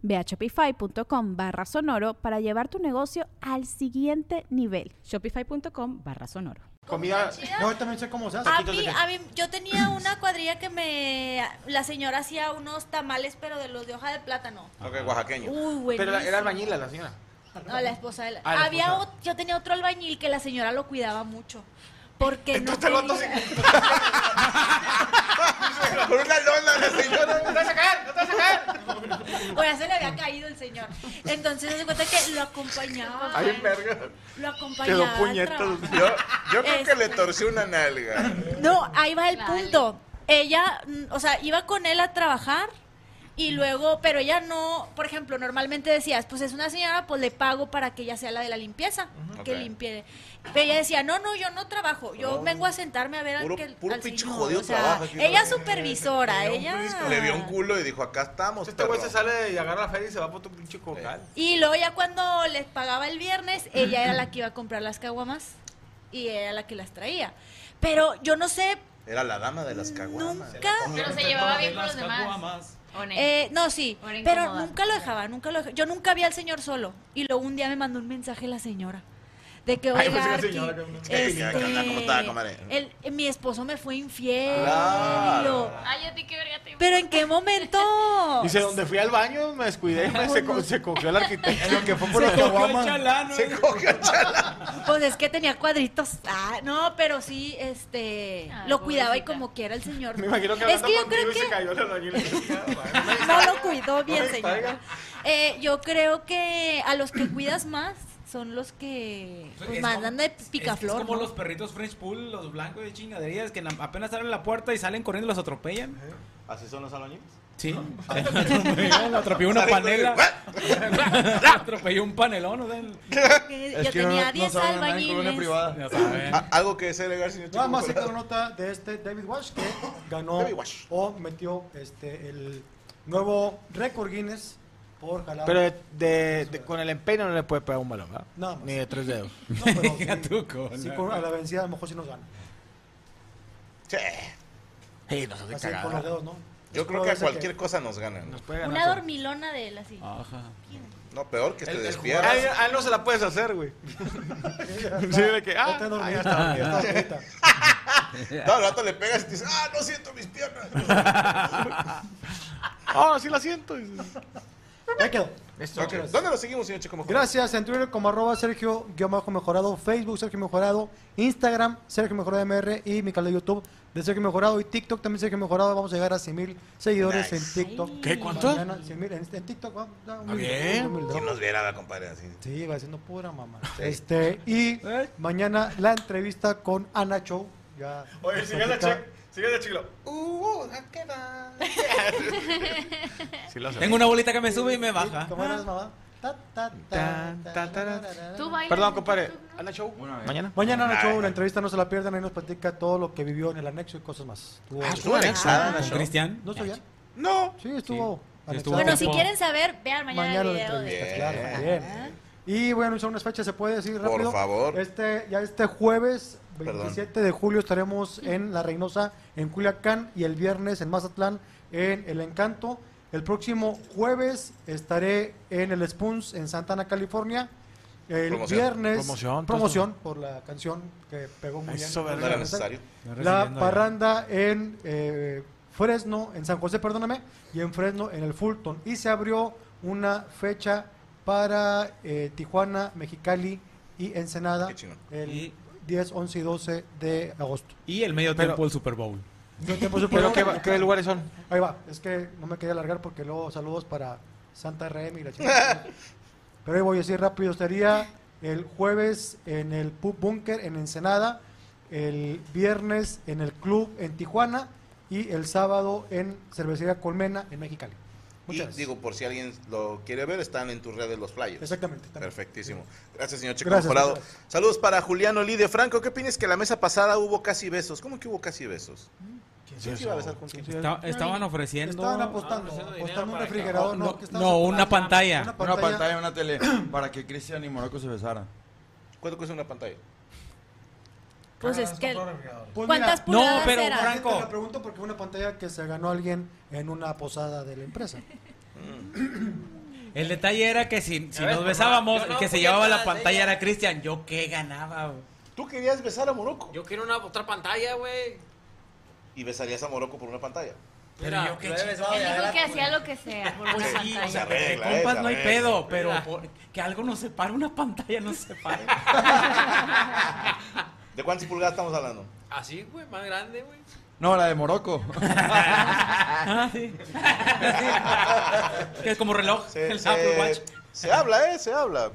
Ve a shopify.com barra sonoro para llevar tu negocio al siguiente nivel. Shopify.com barra sonoro. Comida, no, también sé cómo se hace. A aquí mí, creo a mí, yo tenía una cuadrilla que me... La señora hacía unos tamales, pero de los de hoja de plátano. que- Ok, oaxaqueño. Uy, buenísimo. Pero la- era albañila la señora. No, la esposa de la- Ah, la Había esposa. ot- Yo tenía otro albañil que la señora lo cuidaba mucho. Porque Entonces el no otro se... quería- Con una lona la señora. ¡No te vas a caer! ¡No te vas a caer! O ya se le había caído el señor. Entonces se cuenta que lo acompañaba. Ay, verga. Lo acompañaba. al trabajo. Yo, yo creo que Este. le torció una nalga. No, ahí va el punto. Ella, mm, o sea, iba con él a trabajar y luego, pero ella no, por ejemplo, normalmente decías, pues es una señora, pues le pago para que ella sea la de la limpieza, que Ok. limpie. Pero ella decía, no, no, yo no trabajo, yo No. vengo a sentarme a ver al Puro- que- al puro señor", pinche jodido o sea, trabajo aquí, ella ¿no? supervisora, ella. Le vio un culo y dijo, acá estamos, Este güey perro". se sale y agarra la feria y se va por tu pinche cocal. Y luego ya cuando les pagaba el viernes, ella era la que iba a comprar las caguamas y era la que las traía. Pero yo no sé, Era la dama de las caguamas. nunca... Pero se llevaba bien con los demás. ¿o no? Eh, no, sí, Ahora pero incomoda. nunca lo dejaba, nunca lo dejaba. Yo nunca vi al señor solo. Y luego un día me mandó un mensaje la señora. De que, Ay, oiga, pues, sí, Arqui, este, señora, que- Sí, señora, ¿qué onda? ¿Cómo estaba, comadre? el- eh, mi esposo me fue infiel. Claro. Y yo, Ay, a ti qué verga te pero ¿en qué momento? Dice, donde fui al baño me descuidé y me se, co- se cogió el arquitecto. lo que fue por la eh. Se coge a chala. Pues es que tenía cuadritos. Ah, no, pero sí, este, Ay, lo cuidaba y Ah, pobrecita. como quiera el señor. Me imagino que es hablando que yo creo contigo y se que cayó la albañil. no lo cuidó bien, me señora. distraiga. Eh, yo creo que a los que cuidas más son los que pues, Es mandan como- de es- picaflor. Es como ¿no? los perritos French Pool, los blancos de chingaderías, que na- apenas abren la puerta y salen corriendo y los atropellan. ¿Así son los albañiles? Sí. Le atropelló una panela. atropelló un panelón. O sea, el- Que yo tenía 10 albañiles. ya saben. A- Ah, Algo que deselegar, señor Nada Chico más se Colorado. quedó nota de este David Wash que ganó David Wash. o metió este el nuevo récord Guinness por jalar. Pero de- de- de- con el empeine no le puede pegar un balón, ¿verdad? Nada más. Ni de tres dedos. No, pero sí, Ya tú, cola. sí, con- a la vencida a lo mejor sí nos gana. Sí, Sí, nos hace Así con los cagada. dedos, ¿no? Yo Es creo que a probable cualquier cosa nos ganan. Nos puede ganar. Una todo. dormilona de él así. Ah, Ajá. No, peor que te el A despiertas. él- a él no se la puedes hacer, güey. Sí, Sí, de que, ah, está ahí dormida, está dormida. está dormida. No, al rato le pegas y te dices, ah, no siento mis piernas. Ah, sí la siento. dices. Ya quedó. Ok, ¿Dónde lo seguimos, señor Chico Mejorado? Gracias en Twitter como arroba Sergio guión bajo Mejorado, Facebook Sergio Mejorado, Instagram Sergio Mejorado MR y mi canal de YouTube de Sergio Mejorado y TikTok también Sergio Mejorado. Vamos a llegar a 100 mil seguidores Nice. en TikTok. ¿Qué? ¿Cuánto? Mañana 100 mil en, en TikTok. va, ya, humilde, bien. humilde, humilde. ¿Quién nos viera, la compadre, así? Sí, va siendo pura mamá. Sí. Este, y ¿Eh? mañana la entrevista con Ana Chow. Ya Oye, nos sigue la platica. che- sigue la chilo. Uh, uh, ¿a qué va? Sí lo hace. Tengo una bolita que me sube y me Sí, baja. ¿Cómo eres, mamá? Ta, ta, ta, Ta, ta, ta, ta, Tú bailas Perdón, en compadre. YouTube, ¿no? ¿Ana Show? Una vez. ¿Mañana? Mañana Ana Ay, Chow, no. la entrevista no se la pierdan, ahí nos platica todo lo que vivió en el anexo y cosas más. Estuvo- Ah, estuvo anexada Ana ¿Con Show. Cristian? ¿No sabían? No. Sí, estuvo. Sí, estuvo. anexado. Bueno, Bueno, si po- quieren saber, vean mañana, mañana el la video. de- entrevista, de- claro. Bien. Y voy a anunciar unas fechas, ¿se puede decir Por rápido? favor. Este, ya este jueves Perdón. 27 de julio estaremos en La Reynosa, en Culiacán, y el viernes en Mazatlán, en El Encanto. El próximo jueves estaré en el Spoons, en Santana, California. El Promoción. viernes, Promoción, promoción por la canción que pegó muy Eso, bien. No era necesario. La parranda en eh, Fresno, en San José, perdóname, y en Fresno, en el Fulton. Y se abrió una fecha para eh, Tijuana, Mexicali y Ensenada Qué chingón. el Y- 10, 11 y 12 de agosto. Y el medio Pero- tiempo del Super Bowl. Yo tiempo Super ¿Pero Bowl. qué, va- qué lugares son? Ahí va, es que no me quería alargar porque luego saludos para Santa RM y la chica. Pero ahí voy a decir rápido, estaría el jueves en el Pub Bunker en Ensenada, el viernes en el club en Tijuana y el sábado en Cervecería Colmena en Mexicali. Y Muchas gracias. digo, por si alguien lo quiere ver, están en tus redes los flyers. Exactamente. también. Perfectísimo. Gracias, señor Checo Gracias, Mejorado. muchas Saludos para Juliano Lide. Franco, ¿qué opinas que la mesa pasada hubo casi besos? ¿Cómo que hubo casi besos? ¿Quién se iba a besar con quién? Sí, Esta- estaban ofreciendo. Estaban apostando, ofreciendo dinero apostando un para que- refrigerador. No, que no, no, estaban separando. una pantalla. Una Una pantalla. pantalla, una tele, para que Cristian y Morocco se besaran. ¿Cuánto cuesta una pantalla? Pues es que. Pues mira, ¿Cuántas No, pulgadas pero la eran? gente Franco. la pregunto porque fue una pantalla que se ganó alguien en una posada de la empresa. El detalle era que si, si ves, nos mamá, besábamos, yo el no que se fui llevaba la atrás de pantalla ella. era Cristian. ¿Yo qué ganaba? güey? ¿Tú querías besar a Morocco? Yo quiero una otra pantalla, güey. Y besarías a Morocco por una pantalla. Mira, yo qué lo he chi- besado Él de dijo atrás, que güey. hacía lo que sea por Pues una sí, pantalla. o sea, Se de arregla, eh, compas se no hay arregla. pedo, pero por- que algo nos separe, una pantalla nos separe. ¿De cuántas pulgadas estamos hablando? Así, güey, más grande, güey. No, la de Morocco. Ah, sí. que es como reloj, Se, el se- Apple Watch. se habla, ¿eh? Se habla.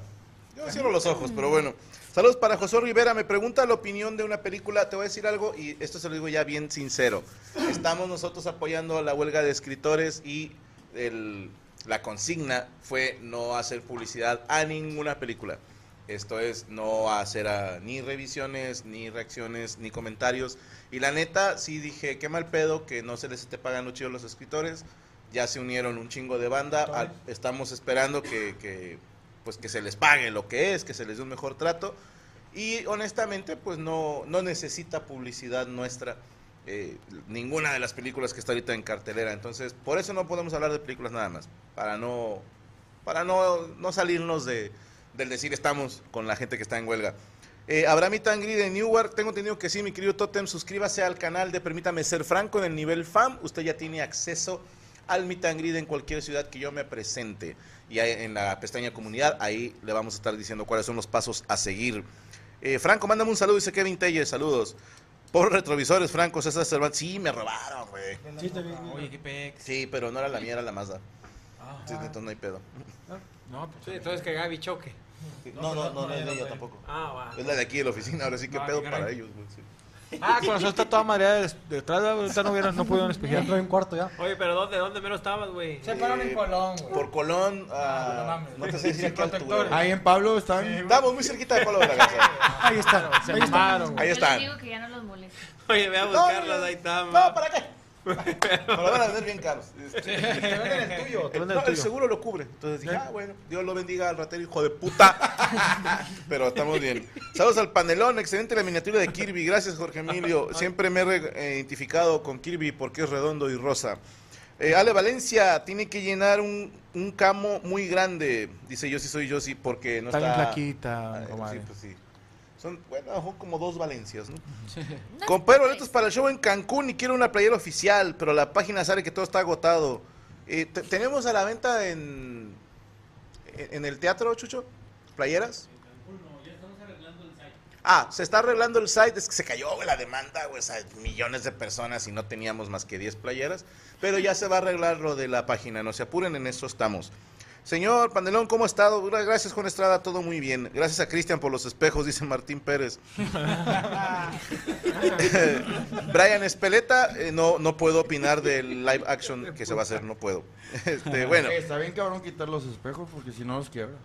Yo cierro los ojos, pero bueno. Saludos para José Rivera. Me pregunta la opinión de una película. Te voy a decir algo y esto se lo digo ya bien sincero. Estamos nosotros apoyando la huelga de escritores y el- la consigna fue no hacer publicidad a ninguna película. Esto es no hacer ah, ni revisiones, ni reacciones, ni comentarios. Y la neta, sí dije, qué mal pedo que no se les esté pagando chido a los escritores. Ya se unieron un chingo de banda. Al- Estamos esperando que, que, pues, que se les pague lo que es, que se les dé un mejor trato. Y honestamente, pues no, no necesita publicidad nuestra eh, ninguna de las películas que está ahorita en cartelera. Entonces, por eso no podemos hablar de películas nada más. Para no, para no, no salirnos de, del decir estamos con la gente que está en huelga. Eh, Abraham Tangri de Newark, tengo entendido que sí, mi querido Totem, suscríbase al canal de Permítame Ser Franco en el nivel FAM. Usted ya tiene acceso al Meet and Greet en cualquier ciudad que yo me presente. Y ahí en la pestaña comunidad, ahí le vamos a estar diciendo cuáles son los pasos a seguir. Eh, Franco, mándame un saludo, dice Kevin Telles, saludos. Por retrovisores, Franco, César Cervantes. Sí, me robaron, güey. Sí, te vi. Oye, qué pex. Sí, pero no era la mía, era la Mazda. Sí, entonces no hay pedo. No, pues. Sí, entonces que Gaby choque. pues, No, no, no, no es de ella tampoco. Ah, va. Es la de aquí de la oficina, ahora sí que Ah, pedo qué para caray. ellos, güey. sí. Ah, con nosotros está toda mareada de- detrás, güey, ahorita no, vieron, no pudieron Ya espejear. entró en cuarto ya. Oye, pero ¿dónde, dónde menos estabas, güey? Se pararon en Colón, Eh, Por Colón, ah, no mames. no te sé decir a qué altura. Ahí en Pablo están. Estamos muy cerquita de Pablo de la Garza. Ahí está. Ahí está. Claro, güey. Ahí Yo les están. digo que ya no los moleste. Oye, ve a No, buscarlas, ahí está. No, ma. ¿para qué? Me lo van a vender bien caros. el tuyo, No, el seguro lo cubre. Entonces ¿Eh? dije, ah, bueno, Dios lo bendiga al ratero, hijo de puta. Pero estamos bien. Saludos al panelón, excelente la miniatura de Kirby. Gracias, Jorge Emilio. Siempre me he re- eh, identificado con Kirby porque es redondo y rosa. Eh, Ale Valencia tiene que llenar un, un camo muy grande. Dice yo sí soy yo sí porque no Está está. bien Ah, flaquita, eh, sí, comadre. pues sí. Son, bueno, son como dos Valencias, ¿no? Compré boletos para el show en Cancún y quiero una playera oficial, pero la página sale que todo está agotado. Eh, te- ¿Tenemos a la venta en, en en el teatro, Chucho? ¿Playeras? Ah, se está arreglando el site, es que se cayó güey, la demanda, güey, o sea, millones de personas y no teníamos más que 10 playeras, pero ya se va a arreglar lo de la página, no se apuren, en eso estamos. Señor Pandelón, ¿cómo ha estado? Gra- Gracias, Juan Estrada, todo muy bien. Gracias a Cristian por los espejos, dice Martín Pérez. Brian Espeleta, eh, no, no puedo opinar del live action que se va a hacer, no puedo. Este, bueno, Eh, Está bien cabrón quitar los espejos porque si no los quiebra.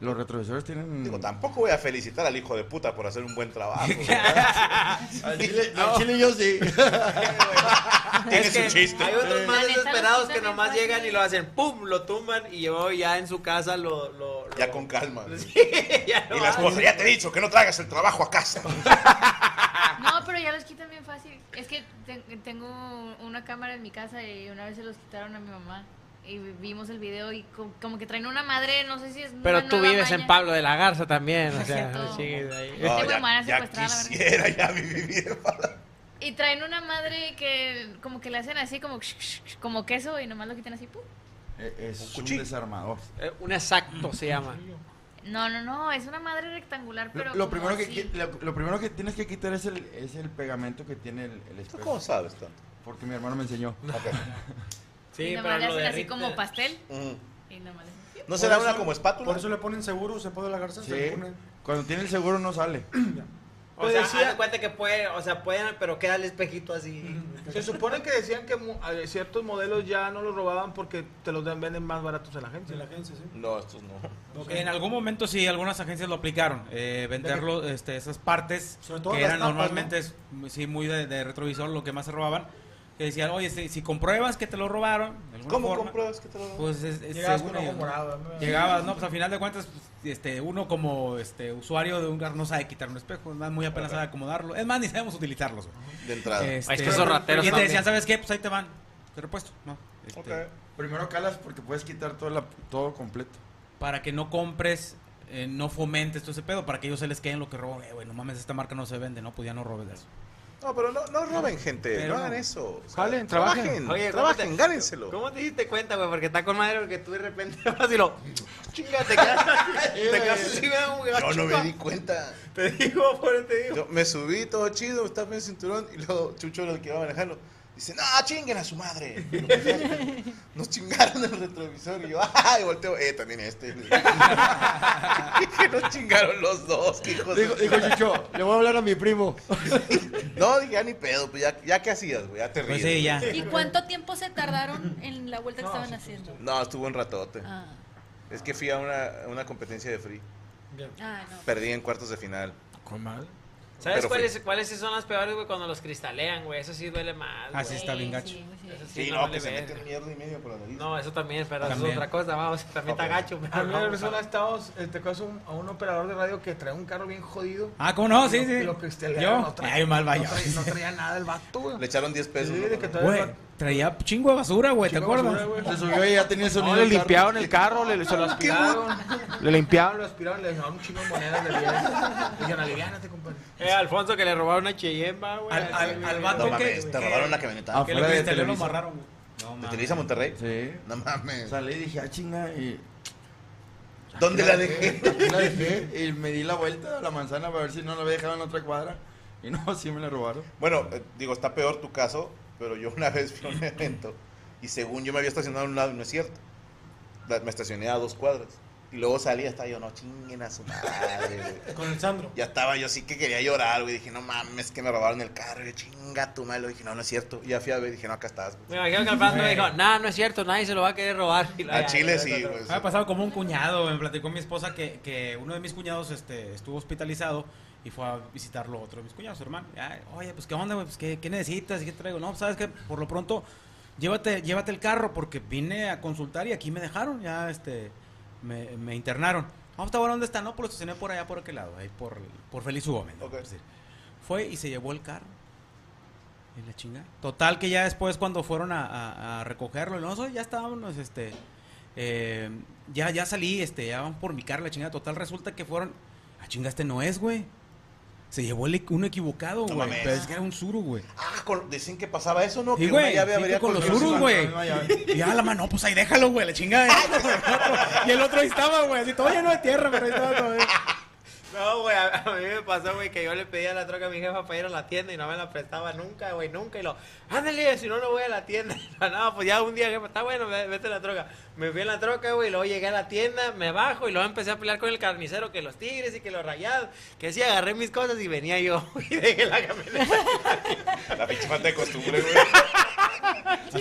Los retrovisores tienen. digo, tampoco voy a felicitar al hijo de puta por hacer un buen trabajo. Al chile, al chile yo sí. Ah, Tiene su chiste. Hay otros más La neta, desesperados los que quitan nomás bien llegan y fácil. lo hacen, ¡pum! Lo tumban y luego ya en su casa lo... lo, lo- Ya con calma. ya lo Y la hacen. esposa, ya te he dicho que no traigas el trabajo a casa. No, pero ya los quitan bien fácil. Es que te- tengo una cámara en mi casa y una vez se los quitaron a mi mamá. Y vimos el video y co- como que traen una madre, no sé si es. Pero una tú nueva vives en maña. Este Pablo de la Garza también, o sea, cierto. chingues ahí. No, Tengo ya, hermana ya secuestrada, la verdad. quisiera ya mi vivir. Y traen una madre que como que le hacen así como, como queso y nomás lo quitan así. ¡pum! Eh, Es un cuchillo. desarmador. Eh, Un exacto se llama. No, no, no, es una madre rectangular, pero. Lo, como lo primero que, así. qui- lo, lo primero que tienes que quitar es el, es el pegamento que tiene el, el ¿Tú espejo. Pues, cómo sabes tanto? Porque mi hermano me enseñó. Y Sí, nomás pero le lo hacen así derrite. como pastel. Mm. Y nomás le hacen- ¿No será Por una eso- como espátula? Por eso le ponen seguro, se puede la garza, Sí. se le ponen. Cuando tiene el seguro no sale. O Pues sea, decía- haz de cuenta que puede, o sea, pueden, pero queda el espejito así. Se supone que decían que mu- a- ciertos modelos ya no los robaban porque te los dan- venden más baratos en la agencia. de la agencia, sí. No, estos no. En algún momento sí, algunas agencias lo aplicaron, eh, venderlo, este, esas partes Sobre todo que las eran tapas, normalmente es- sí muy de, de retrovisor, lo que más se robaban, que decían, oye, si, si compruebas que te lo robaron, de alguna ¿Cómo forma, compruebas que te lo Pues es, es Llegabas según con ojo ellos, ¿no? morado, ¿no? Llegabas, no, pues al final de cuentas, pues, este, uno como este usuario de un lugar no sabe quitar un espejo, es más, muy apenas sabe acomodarlo, es más, ni sabemos utilizarlos. güey. de entrada? Este, Es que esos rateros Y te también. decían, ¿sabes qué? Pues ahí te van, te repuesto, ¿no? Este, Ok. Primero calas porque puedes quitar todo, la, todo completo. para que no compres, eh, no fomentes todo ese pedo, para que ellos se les queden lo que roban. Eh, güey, no mames, esta marca no se vende, no, pues ya no robes de eso. No, pero no, no roben, gente. Pero- no hagan eso. O sea, Jalen, Pues trabajen. Oye, ¿cómo trabajen, te- gánenselo. ¿Cómo te diste cuenta, güey? Porque está con madre porque tú de repente vas y lo... Chinga, te quedas... te quedas así, güey, güey, Yo no me chico. di cuenta. Te digo, por te digo. Yo me subí todo chido, estaba en el cinturón y luego Chucho era el que iba manejando. Dice, no, chinguen a su madre. Y lo empujaron. Nos chingaron el retrovisor y yo, ay, volteo, eh, también este. que nos chingaron los dos, qué hijos de Dijo, su- dijo Chicho, le voy a hablar a mi primo. No, dije, ya ni pedo, pues ya, ya qué hacías, güey, ya te ríes. Pues sí, ya. ¿Y cuánto tiempo se tardaron en la vuelta que estaban haciendo? No, estuvo un ratote. Ah, Es que fui a una, a una competencia de free. ah, no. Perdí en cuartos de final. ¿Sabes Pero cuáles, fui. cuáles sí son las peores, güey? Cuando los cristalean, güey. Eso sí duele más, güey. Ah, sí, está bien gacho. Sí, sí, Eso sí. sí, Sí, no, no, vale que se verga. meten mierda y medio por la nariz. No, eso también, pero eso También. es otra cosa, vamos, también Ok. está gacho. pero A mí una vamos, persona vamos. estaba, este, caso, a un operador de radio que traía un carro bien jodido. Ah, ¿cómo no? Sí, Y lo- sí. y lo Yo, cristalearon, no traía- ay, mal No vaya. traía, no traía nada el vato, güey. Le echaron 10 pesos. Sí, ¿no? de que todavía Güey, traía chingo de basura, güey, ¿te Chingo de acuerdas? basura, güey. Se subió y ya tenía el sonido. No, le del carro. limpiaron el carro, le, se lo Ah, aspiraron. Le limpiaron, lo aspiraron, le dejaron un chingo de monedas de billetes. Dijeron, aliviánate, compadre. Eh, Alfonso, que le robaron una Cheyenne, va, güey. Al, al, al No vato que, mames, te robaron la camioneta. Ah, que lo Afuera de cristaleó lo Televisa. amarraron, güey. No, ¿De mames. Televisa Monterrey? Sí. No mames. Salí y dije, ah, chinga. Y ¿Dónde la dejé? Aquí la dejé y me di la vuelta a la manzana para ver si no la había dejado en otra cuadra. Y no, sí me la robaron. Bueno, eh, digo, está peor tu caso, pero yo una vez fui a un evento y según yo me había estacionado a un lado, y no es cierto. La- Me estacioné a dos cuadras. Y luego salí, estaba yo, no chinguen a su madre, güey. Con el Sandro. Ya estaba yo, sí que quería llorar, güey. Dije, no mames, que me robaron el carro, güey, chinga tu madre. Lo dije, no, no es cierto. Y ya fui a ver, dije, no, acá estás, Me güey. imagino que Alfonso me dijo, nah, no es cierto, nadie se lo va a querer robar. Y la- A Chile sí, pues. güey. Me ha pasado como un cuñado, me platicó mi esposa que, que uno de mis cuñados este, estuvo hospitalizado y fue a visitarlo otro de mis cuñados, su hermano. Ay, Oye, pues qué onda, güey, pues ¿qué, qué necesitas, qué traigo. No, pues, sabes que por lo pronto llévate, llévate el carro porque vine a consultar y aquí me dejaron, ya este, me, me internaron. No, está bueno, ¿dónde está? No, pues lo estacioné por allá, por aquel lado, ahí por, por Feliz Gómez. ¿no? Ok. Por decir. Fue y se llevó el carro. Y la chinga. Total que ya después cuando fueron a, a- a recogerlo, no, so- ya estábamos, este, eh, ya, ya salí, este, ya van por mi carro, la chingada. Total resulta que fueron, ah, chinga, este no es, güey. Se llevó el, uno equivocado, güey. mames. Pero es que era un suru, güey. Ah, con- decían que pasaba eso, ¿no? Sí, que una güey, llave sí, habría que con los colgado. surus, güey. la llave. Y ya la mano, pues ahí déjalo, güey, la chingada. y el otro ahí estaba, güey, así todo lleno de tierra, pero ahí estaba todavía. No, güey, a, a mí me pasó, güey, que yo le pedí a la troca a mi jefa para ir a la tienda y no me la prestaba nunca, güey, nunca. Y lo, ándale, si no, no voy a la tienda. No, no, pues ya un día, jefa, está bueno, ve- vete a la troca. Me fui a la troca, güey, y luego llegué a la tienda, me bajo y luego empecé a pelear con el carnicero que los tigres y que los rayados. Que sí, agarré mis cosas y venía yo, y dejé la camioneta. La pinche falta de costumbre, güey.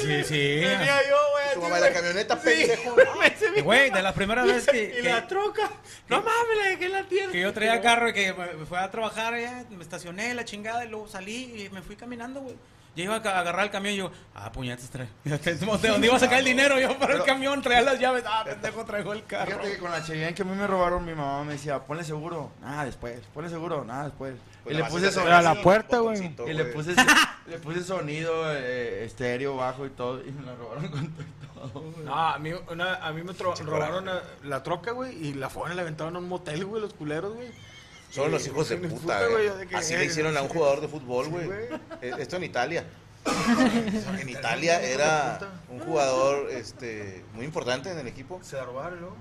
Sí, sí. venía yo, güey. así, Tu mamá güey. en la camioneta, Sí, pendejo. güey, me subí. Y, Güey, de la primera vez que... y que- la troca. No mames, la dejé en la tienda. Que yo traía carro y que me me fui a trabajar, ya, me estacioné, la chingada, y luego salí y me fui caminando, güey. Yo iba a ca- agarrar el camión y yo, ah, puñetas, trae. ¿De dónde iba a sacar el dinero? Yo para el camión, traía las llaves. Ah, pendejo, traigo el carro. Fíjate que con la Cheyenne que a mí me robaron, mi mamá me decía, ponle seguro. Nada, después. Ponle seguro. Nada, después. Pues y nada le más puse esa sobre a vez la sí, un puerta, güey. botoncito, Y le güey. puse, le puse sonido, eh, estéreo, bajo y todo. Y me la robaron con todo. y todo, güey. No, a mí, una- a mí me tro- Chico, robaron a- la troca, güey, y la fueron, la aventaron a un motel, güey, los culeros, güey. Son los hijos de Sí, puta, güey, güey. yo de que- eh, Así le hicieron a un jugador de fútbol, güey. güey. Eh, Esto en Italia. En Italia era un jugador este, muy importante en el equipo Se la robaron, ¿no?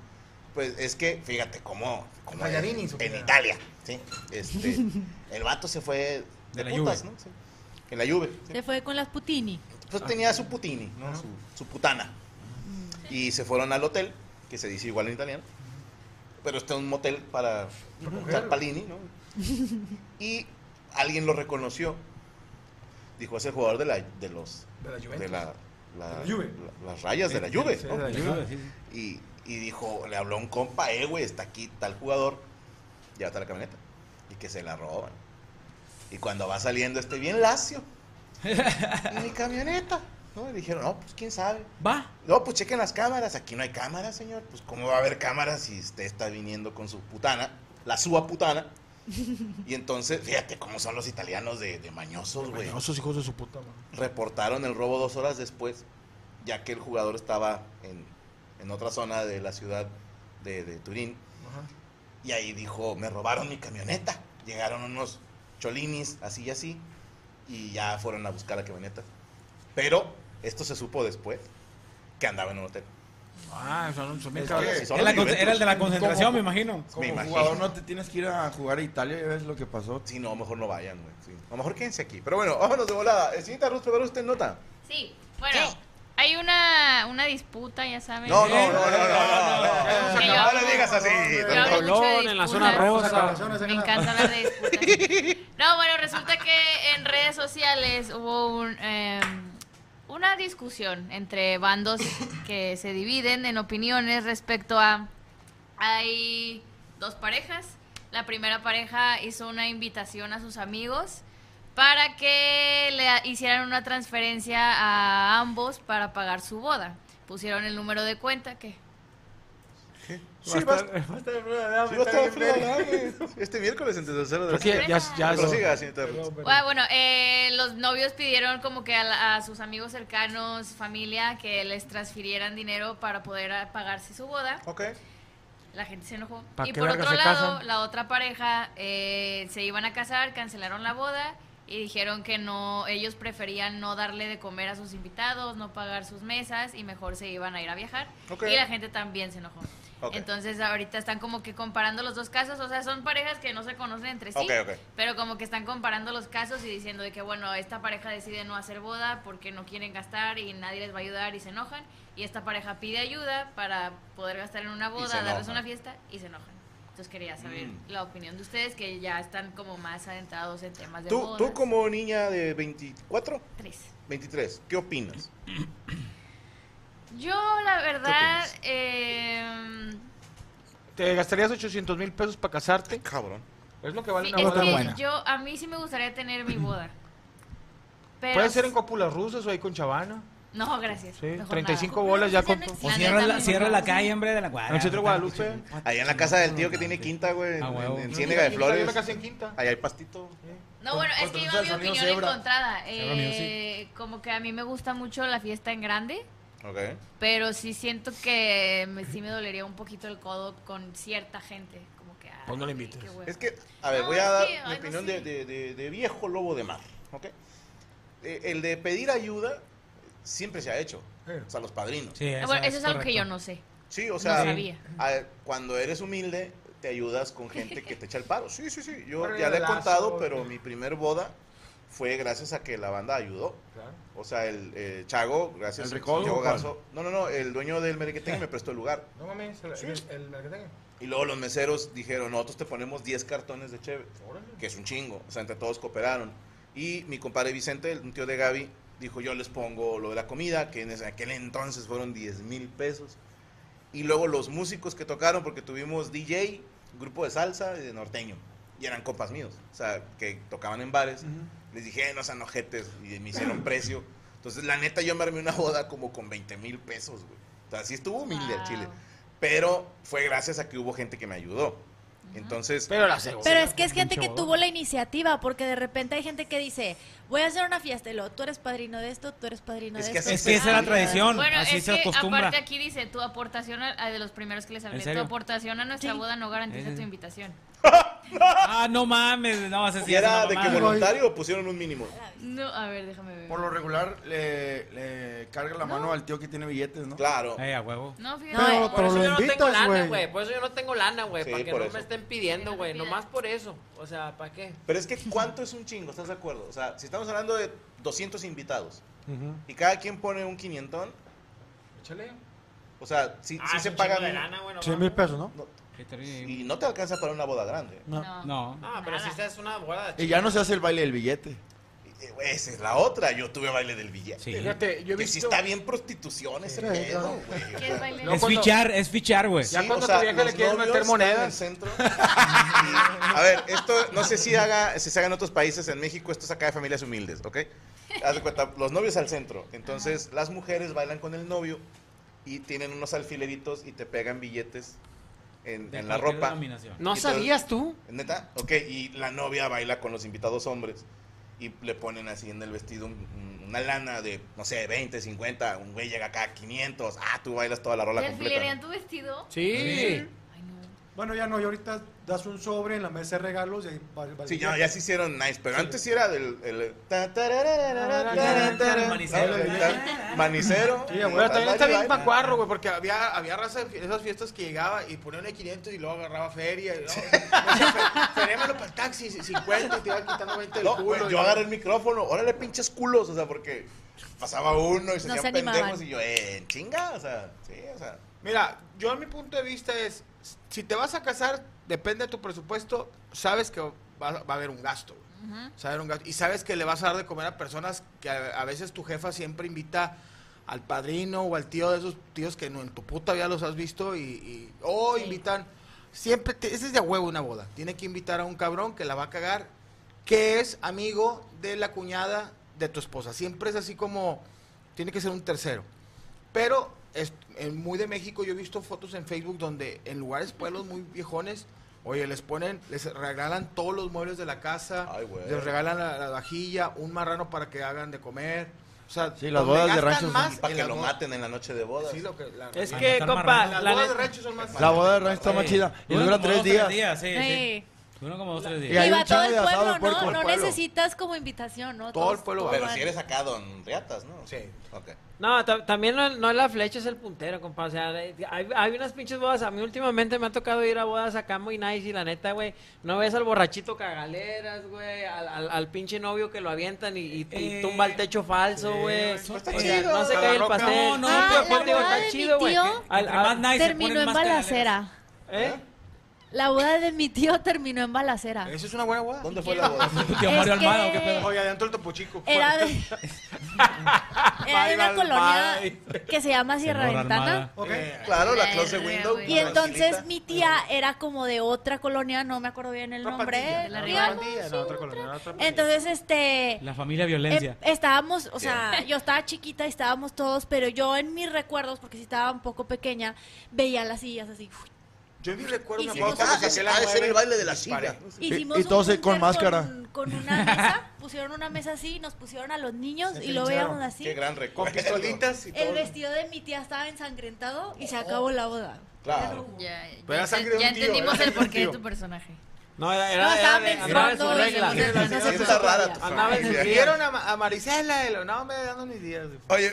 Pues es que, fíjate, como, como en, Pallarini, su en cara. Italia, ¿sí? Este, el vato se fue de, De la putas, Juve. ¿no? Sí. En la lluvia. Se fue con las putini. Pues tenía su putini, ¿no? su, su putana. Y se fueron al hotel, que se dice igual en italiano, pero está un motel para estar Palini, ¿no? Y alguien lo reconoció. Dijo, es el jugador de, la, de los... De la Juventus. De la, la- De la Juve. la- las rayas de la lluvia, Sí, de la Juve, sí, sí. y, y dijo, le habló a un compa, eh, güey, está aquí tal jugador, llévate la camioneta. Y que se la roban. Y cuando va saliendo, este bien lacio. y mi camioneta. ¿No? Y dijeron, no, pues quién sabe. Va. No, pues chequen las cámaras. Aquí no hay cámaras, señor. Pues cómo va a haber cámaras si usted está viniendo con su putana, la suba putana. Y entonces, fíjate cómo son los italianos de, de mañosos, güey. Esos hijos de su puta madre. Reportaron el robo dos horas después, ya que el jugador estaba en, en otra zona de la ciudad de, de Turín. Y ahí dijo, me robaron mi camioneta. Llegaron unos cholinis, así y así, y ya fueron a buscar la camioneta. Pero esto se supo después, que andaba en un hotel. Ah, son, son bien Es cabrones. que- Son Era, los la con- Juventus. era el de la concentración, ¿Cómo? me imagino. Como imagino. jugador no te tienes que ir a jugar a Italia, ya ves lo que pasó. Sí, no, mejor no vayan, güey. sí. A lo mejor quédense aquí. Pero bueno, vámonos de volada. Eh, Señorita Ruth, Rus, usted nota? Sí, bueno, hay una, una disputa, ya saben. No, no, que no, no, no, no. yo No, hablo- le digas así. yo hablo tampoco. mucho de Colón, en la zona disputas. rosa. Me encanta hablar de disputas. No, bueno, resulta que en redes sociales hubo un, em, una discusión entre bandos que se dividen en opiniones respecto a... Hay dos parejas. La primera pareja hizo una invitación a sus amigos para que le a- hicieran una transferencia a ambos para pagar su boda. Pusieron el número de cuenta que... Sí, Va a va estar- va a estar el programa, sí, va va a a estar estar bien frío, verga. ¿no? Este miércoles en tercero de la Porque ya, ya Pero lo- siga, señorita Ruth. Bueno, bueno, eh, los novios pidieron como que a, la- a sus amigos cercanos, familia, que les transfirieran dinero para poder ah, pagarse su boda. Ok. La gente se enojó. ¿Pa' Y qué por verga otro se lado, casan? la otra pareja eh, se iban a casar, cancelaron la boda y dijeron que no, ellos preferían no darle de comer a sus invitados, no pagar sus mesas y mejor se iban a ir a viajar. Ok. Y la gente también se enojó. Ok. Entonces ahorita están como que comparando los dos casos, o sea, son parejas que no se conocen entre sí, Ok, ok. pero como que están comparando los casos y diciendo de que bueno, esta pareja decide no hacer boda porque no quieren gastar y nadie les va a ayudar y se enojan, y esta pareja pide ayuda para poder gastar en una se boda, darles enojan. una fiesta y se enojan. Entonces quería saber Mm. la opinión de ustedes que ya están como más adentrados en temas de Tú, bodas. tú como niña de 24, Tres. 23, ¿qué opinas? Yo la verdad opinas? eh, ¿Te gastarías 800 mil pesos para casarte? Cabrón. Es lo que vale Sí, una es boda que buena. yo, a mí sí me gustaría tener mi boda. Pero Puede ser en cópulas rusas o ahí con chavana. No, gracias. Sí, mejor 35 nada. bolas ya Pero ese no con... tu- La neta, O Pues cierra a la, mí cierra no la me gusta. calle, hombre, de la cuadra. En el centro de Guadalupe. Allá en la casa del tío que tiene quinta, güey. en- Ah, huevo. en- En No, Ciénega de Yo Flores. me casé en quinta. Allá hay pastito. No, bueno, es Con- que con iba mi sonido opinión cebra. encontrada. Cebra Music. Eh, como que a mí me gusta mucho la fiesta en grande, Ok. pero sí siento que me, sí me dolería un poquito el codo con cierta gente. Como que, ah, ay, Pues no le invites. qué hueva. Es que, a ver, No, voy sí, a dar ay, mi no, opinión sí. de, de- de- de viejo lobo de mar, ¿ok? Eh, El de pedir ayuda siempre se ha hecho, o sea, los padrinos. Sí, Sí, Ah, bueno, eso es algo que correcto. yo no sé. o sea, sabía. a- cuando eres humilde, te ayudas con gente que te echa el paro. Sí, sí, sí, yo Pero ya le he lazo, contado, ok. pero mi primer boda fue gracias a que la banda ayudó. O sea, el eh, Chago, gracias ¿El Recodo Chago o cuál? Garzo- No, no, no, el dueño del Meriquetengue me prestó el lugar. No mames, el, el, el mercadeño. Y luego los meseros dijeron, nosotros te ponemos 10 cartones de cheve, que es un chingo. O sea, entre todos cooperaron. Y mi compadre Vicente, el- un tío de Gaby, dijo, yo les pongo lo de la comida, que en ese- aquel entonces fueron 10 mil pesos. Y luego los músicos que tocaron, porque tuvimos DJ, grupo de salsa y de norteño. Y eran compas míos, o sea, que tocaban en bares. Les dije, "Eh, no sean ojetes, y me hicieron precio. Entonces, la neta, yo me armé una boda como con 20 mil pesos, güey. O sea, sí estuvo humilde el Wow. chile. Pero fue gracias a que hubo gente que me ayudó. Entonces, Pero la segunda. Pero es que es gente que Pinche tuvo la iniciativa, porque de repente hay gente que dice, voy a hacer una fiesta, y luego tú eres padrino de esto, tú eres padrino Es de que esto. así tú se- eres esa es la padrino de esto". tradición. Bueno, Así es se que acostumbra. aparte aquí dice, tu aportación, a, a de los primeros que les hablé, tu serio? Eh. aportación a nuestra Sí. boda no garantiza Sí, sí, tu sí. invitación. Ah, no mames. No, ese sí Si es una era de que mamada. voluntario o pusieron un mínimo. No, a ver, déjame ver. Por lo regular le, le carga la mano al tío que tiene billetes, ¿no? Claro. Eh, a huevo. No, fíjate. Pero- Por eso lo yo no tengo invitas, lana, güey. güey. pues. Por eso yo no tengo lana, güey. Sí, para que por no eso. me estén pidiendo, güey. Que no te Nomás pidan. por eso. O sea, ¿para qué? Pero es que ¿cuánto es un chingo? ¿Estás de acuerdo? O sea, si estamos hablando de 200 invitados Ujú. y cada quien pone un quinientón, Échale. o sea, si, Ah, es se un paga... chingo de mil- lana, güey, no 100 mames. mil pesos, ¿no? Y no te alcanza para una boda grande. No. No. Ah, pero Nada. si esta es una bola de Y ya no se hace el baile del billete. Y, eh, Esa es la otra. Yo tuve baile del billete. Sí. Fíjate, yo que sí está bien prostitución ese Sí, pedo, claro. güey. ¿Quieres bailar? No, es cuando- fichar, es fichar, güey. Ya cuando tu vieja le los quieres meter novios están monedas. en el centro. Y, a ver, esto no sé si haga, si se haga en otros países, en México esto es acá de familias humildes, ¿ok? Haz de cuenta, los novios al centro. Entonces, las mujeres bailan con el novio y tienen unos alfileritos y te pegan billetes en, De en la cualquier ropa. denominación. ¿No Entonces- sabías tú? ¿Neta? Ok, y la novia baila con los invitados hombres y le ponen así en el vestido un- un- una lana de, no sé, 20, 50, un güey llega acá a 500, ah, tú bailas toda la rola ¿Te completa. alfilerían ¿no? tu vestido? Sí. Ay, no. Bueno, ya no, y ahorita das un sobre en la mesa de regalos y ahí va- va- Sí, ya, ya se hicieron nice, pero antes sí era del... el- ta, tarararara, tarara, tarara. Manicero. Ah, Manicero. Sí, güey, Baila, Pero también está baila, bien baila. pacuarro, güey, porque había, había raza de esas fiestas que llegaba y ponía de 500 y luego agarraba feria. Y, para el taxi, 50 y te iba quitando 20 del No, culo. güey, y- yo agarré el micrófono, órale pinches culos, o sea, porque pasaba uno y se No hacían se animaban. pendejos y yo, eh, chinga, o sea, sí, o sea. Mira, yo a mi punto de vista es, si te vas a casar, depende de tu presupuesto, sabes que va, va a haber un gasto. güey. Ujú. Se va a haber un gasto. Y sabes que le vas a dar de comer a personas que a, a veces tu jefa siempre invita al padrino o al tío de esos tíos que no, en tu puta vida los has visto y, y- o invitan. Siempre, te- ese es de a huevo una boda. Tiene que invitar a un cabrón que la va a cagar, que es amigo de la cuñada de tu esposa. Siempre es así como, tiene que ser un tercero. Pero es en muy de México yo he visto fotos en Facebook donde en lugares pueblos muy viejones, oye, les ponen, les regalan todos los muebles de la casa, Ay, güey. les regalan la, la vajilla, un marrano para que hagan de comer. O sea, Sí, las donde bodas de gastan rancho son- más Para en que las lo bodas- maten en la noche de bodas. Sí, lo que- la- Es la- que, las compa, bodas la de neta- rancho son más La boda de rancho está más chida y dura como tres dos, días. sí, sí. Ey. Duran como dos, tres Y hay Y días. ahí- va un todo chingo el de asado pueblo, de puerco ¿no? en el No pueblo. necesitas como invitación, ¿no? Todo el pueblo va. Pero si eres acá don Riatas, ¿no? Sí. Ok. No, ta- también no, no es la flecha, es el puntero, compa. O sea, de- hay, hay unas pinches bodas. A mí últimamente me ha tocado ir a bodas acá muy nice y la neta, güey, no ves al borrachito cagaleras, güey, al, al- al pinche novio que lo avientan y, y- y Eh, tumba el techo falso, güey. eso O está sea, chido. no se cae el No, pastel. no, Sí, pero pues, digo, ¿cuál te va a está estar chido, güey. Al- Entre al- más nice se terminó ponen en más canaleras. balacera. ¿eh? La boda de mi tío terminó en balacera. Esa es una buena boda. ¿Dónde fue la boda? Tu tío Es Mario que- Almada, ¿o qué pedo? Oye, adentro el topo chico. Era de, era de una Bye, bye, colonia bye. que se llama Sierra Señora Ventana. Armada. Ok. Eh, Claro, la Verga, close window. güey. Y la entonces facilita. mi tía era como de otra colonia, no me acuerdo bien el otra nombre. pandilla, la otra real. pandilla, no, otra colonia, otra pandilla. Entonces, este... La familia violencia. Em- Eh, estábamos, o sea, yo estaba chiquita y estábamos todos, pero yo en mis recuerdos, porque sí estaba un poco pequeña, veía las sillas así. Yo ni recuerdo Y una si boda vos- como Ah, que se- se la ha de ser mueven el baile de y la disparen. silla. Hicimos Y- y un todos con búnker máscara. Con, con una mesa, pusieron una mesa así, nos pusieron a los niños Se y lo pincharon. veíamos así. Qué gran recuerdo. Con pistolitas y todo. El vestido de mi tía estaba ensangrentado Oh. y se acabó la boda. Claro. Ya, ya, Pero era enten- sangre de un ya tío, entendimos era el porqué de tío. tu personaje. No, era, No, era, estaba de- era de su menstruando y regla. se puso- no se Sí, puso está rara todavía. tu Andaba en familia. su- Vieron a, Ma- a Marisela, el- no me dando mis días. güey. Oye,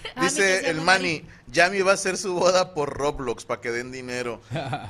Ah, mi tía se dice el llama Manny, Yami va a hacer su boda por Roblox para que den dinero.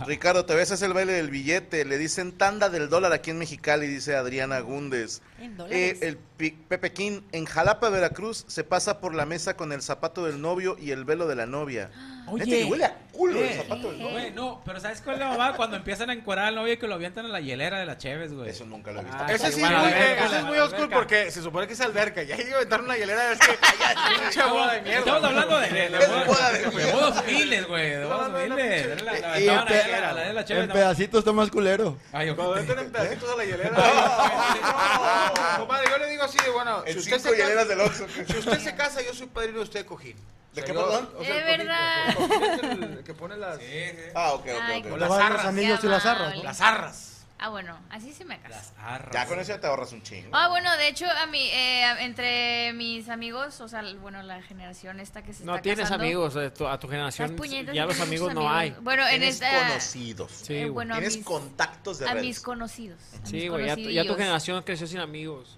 Ricardo, te ves, es el baile del billete. Le dicen tanda del dólar aquí en Mexicali, dice Adriana Gúndez. Eh, En dólares. el Pi- Pepequín, en Jalapa, Veracruz, se pasa por la mesa con el zapato del novio y el velo de la novia. Oye. Neta que huele a culo el Eh, zapato del novio. Güey, no, pero ¿sabes cuál es la mamá? Cuando empiezan a encuerar al novio y que lo avientan a la hielera de las Cheves, güey. Eso nunca lo he visto. Ah, Ese sí, igual, es muy- a la verga, ese es a muy la oscuro verga. porque se supone que es alberca. Y ahí aventaron una hielera. Es que calla, pinche boda de mierda. Estamos hablando de, de, de, boda de de bodas humildes, güey. De bodas No, no, no, no, humildes. pinche- La- la- Y en, la- pe- la- la- la chévere, en no. pedacitos está más culero. Ay, Cuando ojete. meten en pedacitos a la hielera. No, compadre, yo le digo así, bueno, si En usted, cinco se hieleras casa, del Oxxo. si usted se casa, yo soy padrino de usted de cojín. ¿De O sea, qué, yo- perdón? o sea, De el cojín, verdad. o sea, el cojín es el que pone las, Sí, sí. Ah, ok, ok, Ay, ok. Le las van los arras. anillos y las arras, Qué ¿no? las arras. Ah, bueno, así sí me caso. Ya con eso ya te ahorras un chingo. Ah, bueno, de hecho, a mí, eh, entre mis amigos, o sea, bueno, la generación esta que se No está tienes casando, amigos, eh, tu- a tu generación Las puñetas ya no los tienes amigos no muchos hay. amigos. Bueno, en Tienes esta- conocidos. Sí, eh, güey. bueno, a Tienes mis- contactos de A redes. mis conocidos. a Sí, mis güey, ya, tu- ya tu conocidillos. generación creció sin amigos.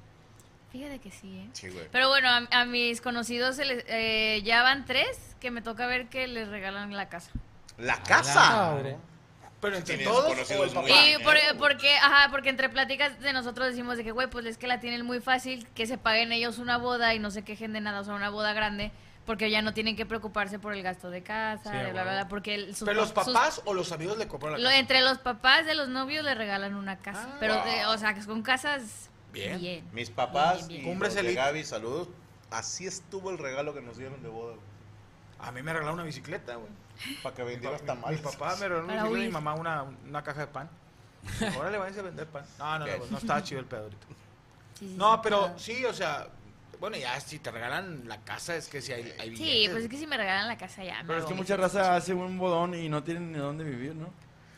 Fíjate que sí, ¿eh? Sí, güey. Pero bueno, a, a mis conocidos se les- eh, ya van tres que me toca ver que les regalan la casa. La casa. Ah, Pero entre todos o el papá? Y por- porque, ajá, porque entre pláticas de nosotros decimos de que, güey, pues es que la tienen muy fácil, que se paguen ellos una boda y no se quejen de nada, o sea, una boda grande, porque ya no tienen que preocuparse por el gasto de casa, de Sí, bla, a huevo. bla, bla, porque el- sus ¿Pero los pap- sus- papás o los amigos le compraron la lo- casa? entre los papás de los novios le regalan una casa, Ah. pero, de- o sea, con casas bien. Mis Bien, papás bien, y bien. los Cumbres de Elite. Gaby, saludos. Así estuvo el regalo que nos dieron de boda. A mí me regalaron una bicicleta, güey. Para que vendieras Mi- Mi tamales. papá me regaló una Para bicicleta y mi huir. mamá una, una caja de pan. Órale, váyanse a vender pan. No, no, Ok. no, no estaba chido el pedo ahorita. Sí, sí, sí, No, pero claro. sí, o sea, bueno, ya si te regalan la casa es que si hay, hay Sí, billetes, pues es que si me regalan la casa ya. me Pero es hago que mi- mucha raza hace un bodón y no tienen ni dónde vivir, ¿no?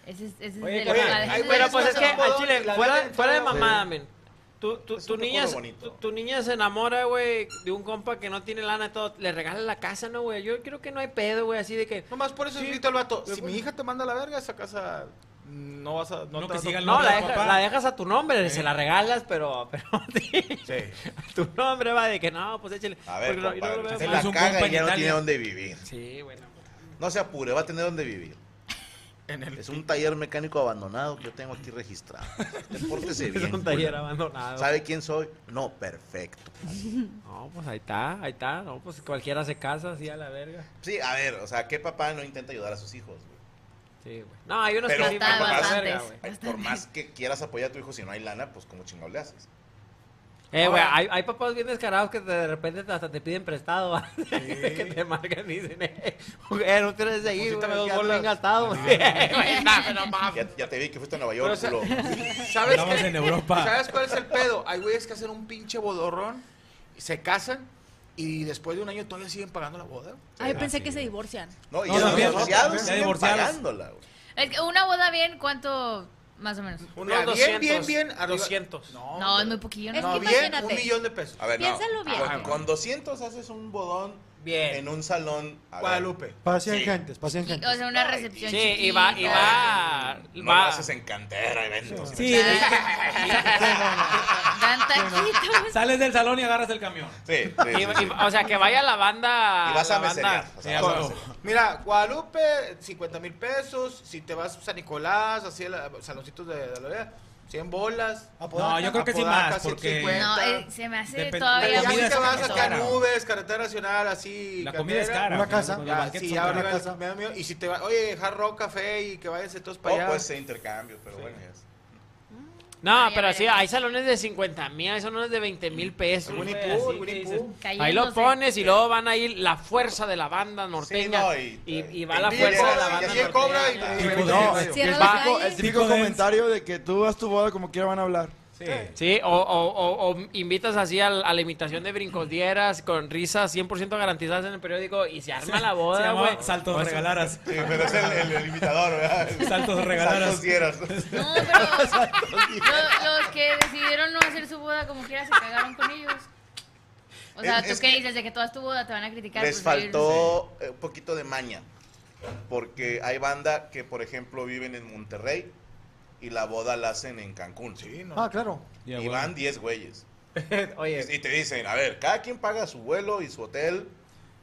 Ese es, ese es Oye, el- oye, ese es ay, el- bueno, Pero pues es que Esas al bodas, chile, la vida fuera, del fuera de pueblo. mamada, Sí. men. Tu, tu, Es tu un niña, recuerdo se- bonito. tu, tu niña se enamora, güey, de un compa que no tiene lana y todo. Le regala la casa, ¿no, güey? Yo creo que no hay pedo, güey, así de que... Nomás por eso Sí. grito al vato. Si Pero- pues mi hija te manda a la verga, esa casa no vas a. No, No, te que vas a- siga el No, la, del deja- papá. la dejas a tu nombre, se la regalas, pero, pero Sí. a tu nombre va de que no, pues échale. A porque ver, no- yo no compadre, lo veo se mal. la Es un caga compa y en ya no Italia. tiene dónde vivir. Sí, bueno. No se apure, va a tener dónde vivir. En el- Es un taller mecánico abandonado que yo tengo aquí registrado. Depórtese Es bien. un taller abandonado. ¿Sabe quién soy? No, perfecto. No, pues ahí está, ahí está. No, pues cualquiera se casa así a la verga. Sí, a ver, o sea, ¿qué papá no intenta ayudar a sus hijos? güey? Sí, güey. No, hay unos Pero que sí está van a la bastante. verga, güey. Ay, Por más que quieras apoyar a tu hijo, si no hay lana, pues como chingado le haces. Eh, güey, hay, hay papás bien descarados que de repente hasta te piden prestado, ¿va? que te marcan y dicen, eh, güey, no tienes Pues ahí, güey, Deposítame dos ya bolas. bien gastado, güey. Güey, nah, pero mames. Ya, ya te vi que fuiste a Nueva Pero, York, o sea, culo. ¿Sabes Estamos qué? en Europa. ¿Sabes cuál es el pedo? Hay güeyes que hacen un pinche bodorrón, se casan y después de un año todavía siguen pagando la boda. Ay, Ah, pensé que se divorcian. No, y Ah, No, ya también, divorciados ya siguen divorciados. pagándola, güey. Es que una boda bien, ¿cuánto más o menos? Unos Mira, 200, bien, bien, bien. arriba- 200. No, No, es pero- muy poquillo, ¿no? Es No, que bien, imagínate. un millón de pesos. A ver, no. Piénsalo bien. Con, con 200 haces un bodón Bien. en un salón. a ver, Guadalupe. Para 100 Sí. gentes, para 100 Y- gentes. o sea, una Ay, recepción Sí, chiquita. y va, y va, No va. lo haces en cantera, eventos. Sí, Sí. Tan taquitos. sales del salón y agarras el camión. sí, sí, Y- sí. y- o sea, que vaya la banda. Y vas a la banda- meserear, o sea, Sí, vas a güey. meserear. Mira, Guadalupe, 50 mil pesos. Si te vas a San Nicolás, así a la- saloncitos de, de la Lorea, 100 bolas. No, yo creo que sí Apodaca, más, porque- 150. No, eh, se me hace Depende- Pero todavía ya la sí comida te es vas a cara. Canubes, carretera nacional, así. La comida es carretera. cara. Una casa. Los Ya, banquetes sí, son ya caros. una arriba el- casa. me da miedo. Y si te va, oye, jarro, café y que vayas entonces para allá. O Oh, puede ser intercambio, pero bueno, ya es. No, Ya pero sí, veremos. hay salones de 50 mil, hay salones de 20 mil pesos. Winnie pues, güey, Pooh, así Winnie que Pooh. dices, Cayéndose. Ahí lo pones y luego van a ir la fuerza de la banda norteña. no, y- y, y va la y fuerza de cobra, la y banda así norteña. cobra y- güey. y- pues No, no, el Cierra la típico, calle. el típico comentario de que tú vas tu boda como quiera van a hablar. Sí. Sí, o, o- o- o invitas así al- a, la imitación de brincodieras con risas 100% garantizadas en el periódico y se arma la Se boda, llamaba güey. Pues, Saltos O sea, regalaras. Sí, pero es el, el, el invitador, ¿verdad? Saltos regalaras. Saltos dieras. No, pero lo- los que decidieron no hacer su boda como quiera se cagaron con ellos. O sea, Es- ¿tú es qué que- dices? De que todas tu boda te van a criticar. pues, Les por salir- faltó eh, un poquito de maña. Porque hay banda que, por ejemplo, viven en Monterrey y la boda la hacen en Cancún. Sí, Ah, claro. Ya, Y güey. van 10 güeyes. Oye, Y te dicen, a ver, cada quien paga su vuelo y su hotel.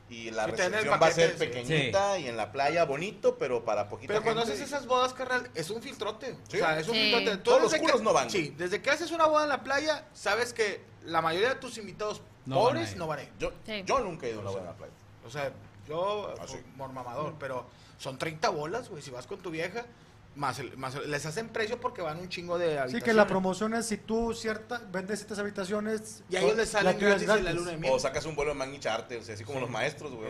Y la Y te dan el recepción va a ser paquete, sí. pequeñita y en la playa bonito, pero para poquita Pero cuando gente. haces esas bodas, carnal, es un filtrote. Sí. O sea, es un Sí. filtrote. Tú Todos los desde culos que- no van. Sí, desde que haces una boda en la playa, sabes que la mayoría de tus invitados No van pobres a ir. no van a ir. Yo, Sí. yo nunca he ido a una boda en la playa. O sea, yo, Ah, sí. por mamador, pero son 30 bolas, güey, si vas con tu vieja, más, el- más el- les hacen precio porque van un chingo de Así habitaciones. que la promoción es si tú cierta, vendes ciertas habitaciones. Y a ellos les salen tuya es gratis en la luna de O miel. sacas un vuelo de Magni Charter, o sea, así como los maestros, güey.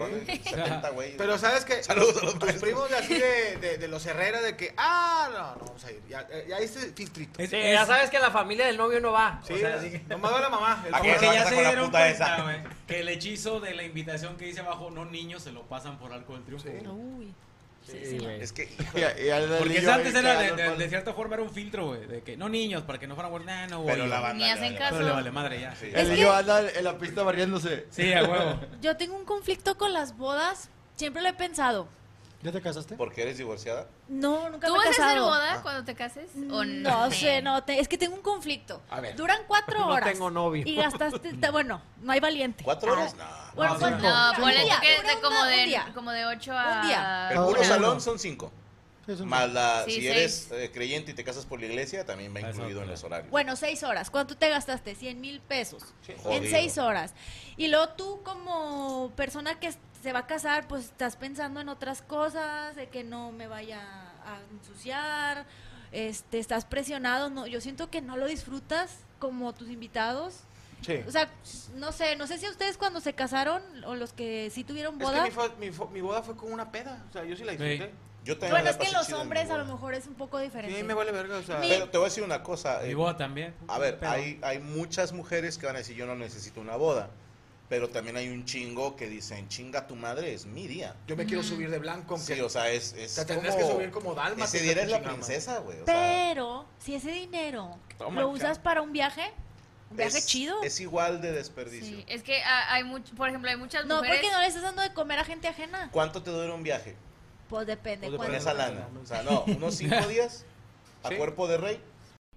van 70 güeyes. Pero sabes que Saludos a los tus maestros. primos de así de, de, de los Herrera de que, ah, no, no vamos a ir. Ya, eh, ya hice filtrito. Es- sí, es- ya sabes que la familia del novio no va. Sí, O sea, sí. nomás va la mamá. el ¿A papá qué Porque se ya va se con la dieron puta cuenta, esa? güey, que el hechizo de la invitación que dice abajo, no niños, se lo pasan por algo del triunfo. güey. Uy. Sí, güey. Es que, Y- y al del Porque niño antes ahí era, de, cagando el de- palo. de cierta forma era un filtro, güey, de que no niños, para que no fueran a guardar, no, Pero güey. la banda Ni le hacen vale caso. Pero le vale madre ya. El niño anda en la pista barriéndose. Sí, a huevo. Yo tengo un conflicto con las bodas. Siempre lo he pensado. ¿Ya te casaste? Porque eres divorciada. No, nunca ¿Tú me he vas a hacer casado. Mm, boda cuando te cases? ¿O no? No sé, no, te- es que tengo un conflicto. A ver. Duran cuatro No horas. tengo novio. Y gastaste, te- bueno, no hay valiente. Ah, ¿Cuatro horas? No. Bueno, No, ¿cuánto? Un Ah, ponle día, tú que es de una- como, un de, día. como de 8 a... Un día. El Ah, puro bueno. salón son cinco. Sí, es un- Más la, Sí, si seis. eres eh, creyente y te casas por la iglesia, también va Ah, es incluido en otra. los horarios. Bueno, seis horas. ¿Cuánto te gastaste? 100 mil pesos. Jodido. En seis horas. Y luego tú como persona que se va a casar, pues estás pensando en otras cosas, de que no me vaya a ensuciar, este, estás presionado. No, yo siento que no lo disfrutas como tus invitados. Sí. O sea, no sé, no sé si a ustedes cuando se casaron o los que sí tuvieron Es que boda. mi, fa- mi fa- mi boda fue con una peda. O sea, yo sí la disfruté. Sí. Yo también bueno, la es que pasé los chido en mi hombres a boda. lo mejor es un poco Sí, diferente. me vale verga. O sea, Mi- Pero te voy a decir una cosa. Mi eh, boda también. A ver, Pero- hay, hay muchas mujeres que van a decir yo no necesito una boda, pero también hay un chingo que dicen chinga tu madre, es mi día. Yo me quiero subir de blanco. aunque- Sí, o sea, es, es Te tendrías que subir como Dálmata, Ese día eres la chingada. princesa, güey. o sea, Pero si ese dinero Toma, lo usas para un viaje, un viaje es- chido. Es igual de desperdicio. Sí, es que ah, hay mucho, por ejemplo, hay muchas no, mujeres... porque no le estás dando de comer a gente ajena. ¿Cuánto te dura un viaje Pues depende. Pues con depende. ¿cuánto? esa lana? O sea, no, unos cinco días a Sí. cuerpo de rey.